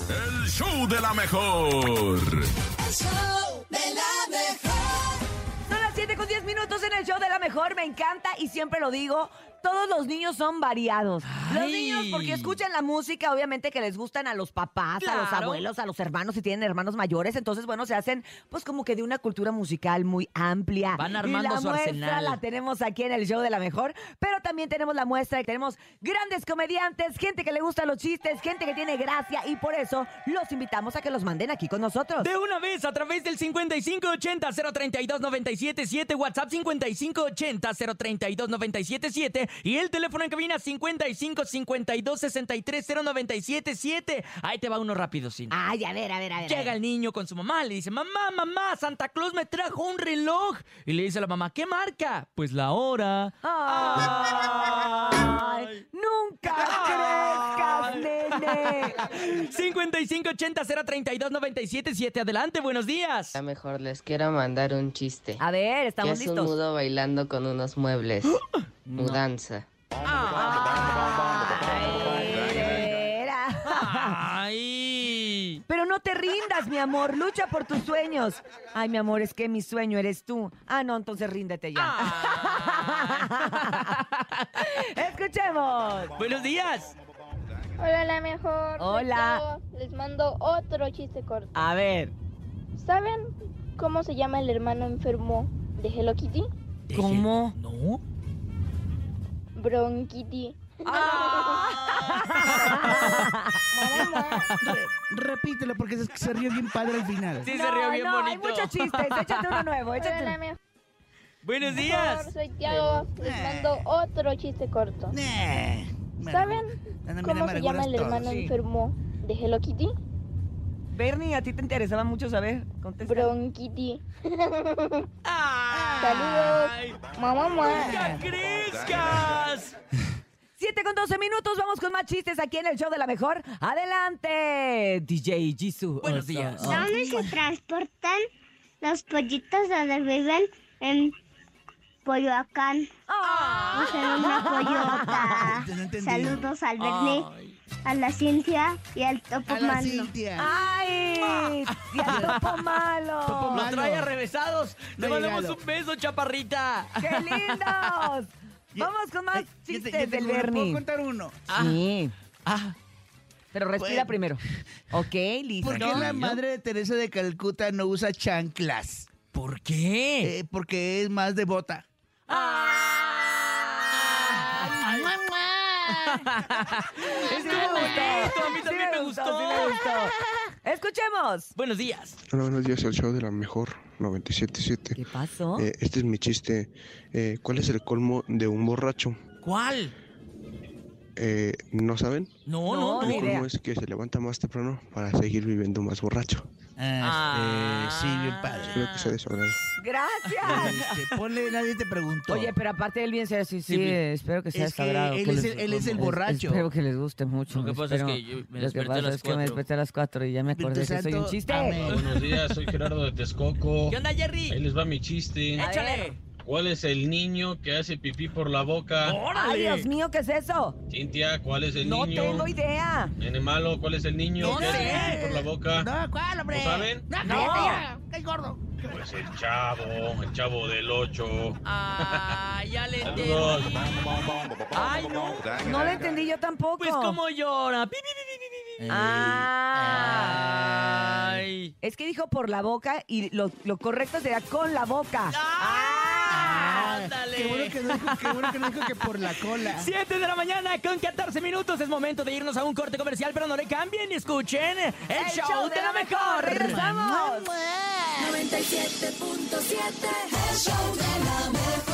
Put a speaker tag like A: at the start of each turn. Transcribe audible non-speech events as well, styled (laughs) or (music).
A: El show de la mejor.
B: El show de la mejor.
C: Son las 7 con 10 minutos en el show de la mejor, me encanta y siempre lo digo, todos los niños son variados. Los
D: Ay.
C: niños porque escuchan la música, obviamente que les gustan a los papás, a los
D: Claro.
C: abuelos, a los hermanos, si tienen hermanos mayores, entonces bueno, se hacen pues como que de una cultura musical muy amplia.
D: Van
C: y
D: armando
C: la
D: su
C: muestra
D: arsenal.
C: La tenemos aquí en el show de la mejor, pero también tenemos la muestra y tenemos grandes comediantes, gente que le gustan los chistes, gente que tiene gracia y por eso los invitamos a que los manden aquí con nosotros.
D: De una vez a través del 5580-032-977, WhatsApp 5580-032-977 y el teléfono en cabina 5552-630977. Ahí te va uno rápido, sí.
C: Ay, Ah, a ver, a ver, a ver. a ver.
D: Llega el niño con su mamá, le dice, mamá, mamá, Santa Claus me trajo un reloj. Y le dice a la mamá, ¿qué marca? Pues la
C: (laughs)
D: hora. Ay.
C: Ay, nunca crezcas,
D: Ay.
C: nene.
D: 5580-032-977, adelante, buenos días.
E: Ya mejor les quiero mandar un chiste.
C: A ver,
E: Que
C: Ah, estamos
E: es un
C: listos.
E: mudo bailando con unos
C: (gasps)
E: muebles. Mudanza.
C: Era. (laughs)
D: (laughs) Ay.
C: Pero no te rindas, mi amor. Lucha por tus sueños. Ay, mi amor, es que mi sueño eres tú. Ah, no, entonces ríndete
D: Ah.
C: ya. (laughs) Escuchemos.
D: Buenos días.
F: Hola, la mejor. Soy
C: Hola.
F: Clau. Les mando otro chiste corto.
C: A ver.
F: ¿Saben cómo se llama el hermano enfermo de Hello Kitty?
C: ¿Cómo?
D: No.
F: Bronquiti.
G: Repítelo porque es que se rió bien padre al final.
D: Sí, se rió bien
C: no,
D: bonito.
C: hay muchos chistes. Échate uno
D: (laughs)
C: nuevo. Échate
F: Hola, la
C: uno.
F: mejor.
D: Buenos días.
F: Soy Tiago. Les
C: Eh.
F: mando otro chiste corto.
G: Eh, me-
F: ¿Saben
G: andan bien
F: cómo se
G: amarguras
F: llama el
G: todos.
F: hermano
C: sí.
F: enfermo de Hello Kitty?
C: Bernie, a ti te interesaba mucho saber. Contesta.
F: Bronquiti.
D: Ay,
F: Mamá, mamá.
D: ¡Nunca crezcas!
C: 7 con 12 minutos, vamos con más chistes aquí en el show de la mejor. Adelante, DJ Jisoo.
D: Buenos días.
H: ¿Dónde se transportan los pollitos donde viven en Coyoacán?
C: Ah.
H: O sea, en una coyota.
G: No entendí.
H: Saludos al Bernie,
D: Ay.
H: a la Cintia y al Topo
G: A la
H: Mano.
G: Cintia.
C: Ah, ¡Ay! ¡Y al topo
G: Topo
C: malo!
G: malo.
D: Los trae arrevesados. Te
G: No he
D: mandamos
G: llegado.
D: un beso, chaparrita.
C: ¡Qué lindos! Vamos con más
G: Ay, yo te- yo
C: chistes
G: tengo
C: del
G: uno, ¿Puedo
C: Bernie.
G: contar uno?
C: Sí,
D: Ah,
C: pero respira
G: Bueno.
C: primero. Ok, listo.
G: ¿Por qué la madre de Teresa de Calcuta no usa chanclas?
D: ¿por qué?
G: Eh, porque es más devota.
D: Ah. Pues, Estuvo bonito, a mí también me gustó.
C: sí me gustó. Escuchemos.
D: Buenos días.
I: Hola, buenos días, el show de la mejor 977.
C: ¿Qué pasó?
I: Eh, este es mi chiste. Eh, ¿Cuál es el colmo de un borracho?
D: ¿Cuál?
I: Eh, ¿No saben?
D: No,
C: No,
D: no,
I: El
C: ni
D: no.
C: idea.
I: colmo es que se levanta más temprano para seguir viviendo más borracho.
G: Ah, este, sí, bien padre.
I: Espero que sea de su agrado.
C: Gracias.
G: Este, ponle, nadie te preguntó.
C: Oye, pero aparte él bien sea sí, sí,
G: Sí,
C: eh, espero que sea
G: es que
C: sagrado.
G: él
C: que
G: es
C: les-
G: el- él es el
C: es-
G: borracho.
C: Espero que les guste mucho.
D: Lo que pasa es
C: espero-
D: que yo me
C: lo
D: desperté a
C: pasa
D: las
C: es que me
D: cuatro.
C: desperté a las 4 y ya me acordé
G: Espíritu
C: que soy un
G: Santo,
C: chiste.
G: amén.
J: Buenos días, soy Gerardo de Texcoco.
D: ¿Qué onda,
J: Ahí
D: Jerry?
J: les va mi chiste.
C: A ver.
D: Échale.
J: ¿Cuál es el niño que hace pipí por la boca?
C: Ay, Dios
D: ¡Órale!
C: mío, ¿qué es eso?
J: Cintia, ¿cuál es
D: Este
J: el
C: No
J: niño?
C: tengo idea.
J: Nene malo, ¿cuál es el niño
D: No
J: que hace
D: sé.
G: Eh,
J: pipí por la boca?
G: No, ¿cuál, hombre?
J: ¿No saben?
G: No,
C: No.
G: cállate ya, ¡Qué gordo!
J: Pues el chavo, el chavo del 8.
D: Ah, ya le
J: Saludos.
D: entendí. Ay, no.
C: No lo entendí yo tampoco.
D: Pues cómo llora. Pi, pi, pi, pi, pi, pi, pi.
C: Ah.
D: Ay.
C: Es que dijo por la boca y lo, lo correcto sería con la boca.
D: Ah, ándale.
G: Qué bueno que no dijo, qué bueno que, no dijo que por la cola.
D: 7 de la mañana con 14 minutos. Es momento de irnos a un corte comercial, pero no le cambien ni escuchen el, show, de la mejor.
C: Regresamos.
B: 97.7 El show de la mejor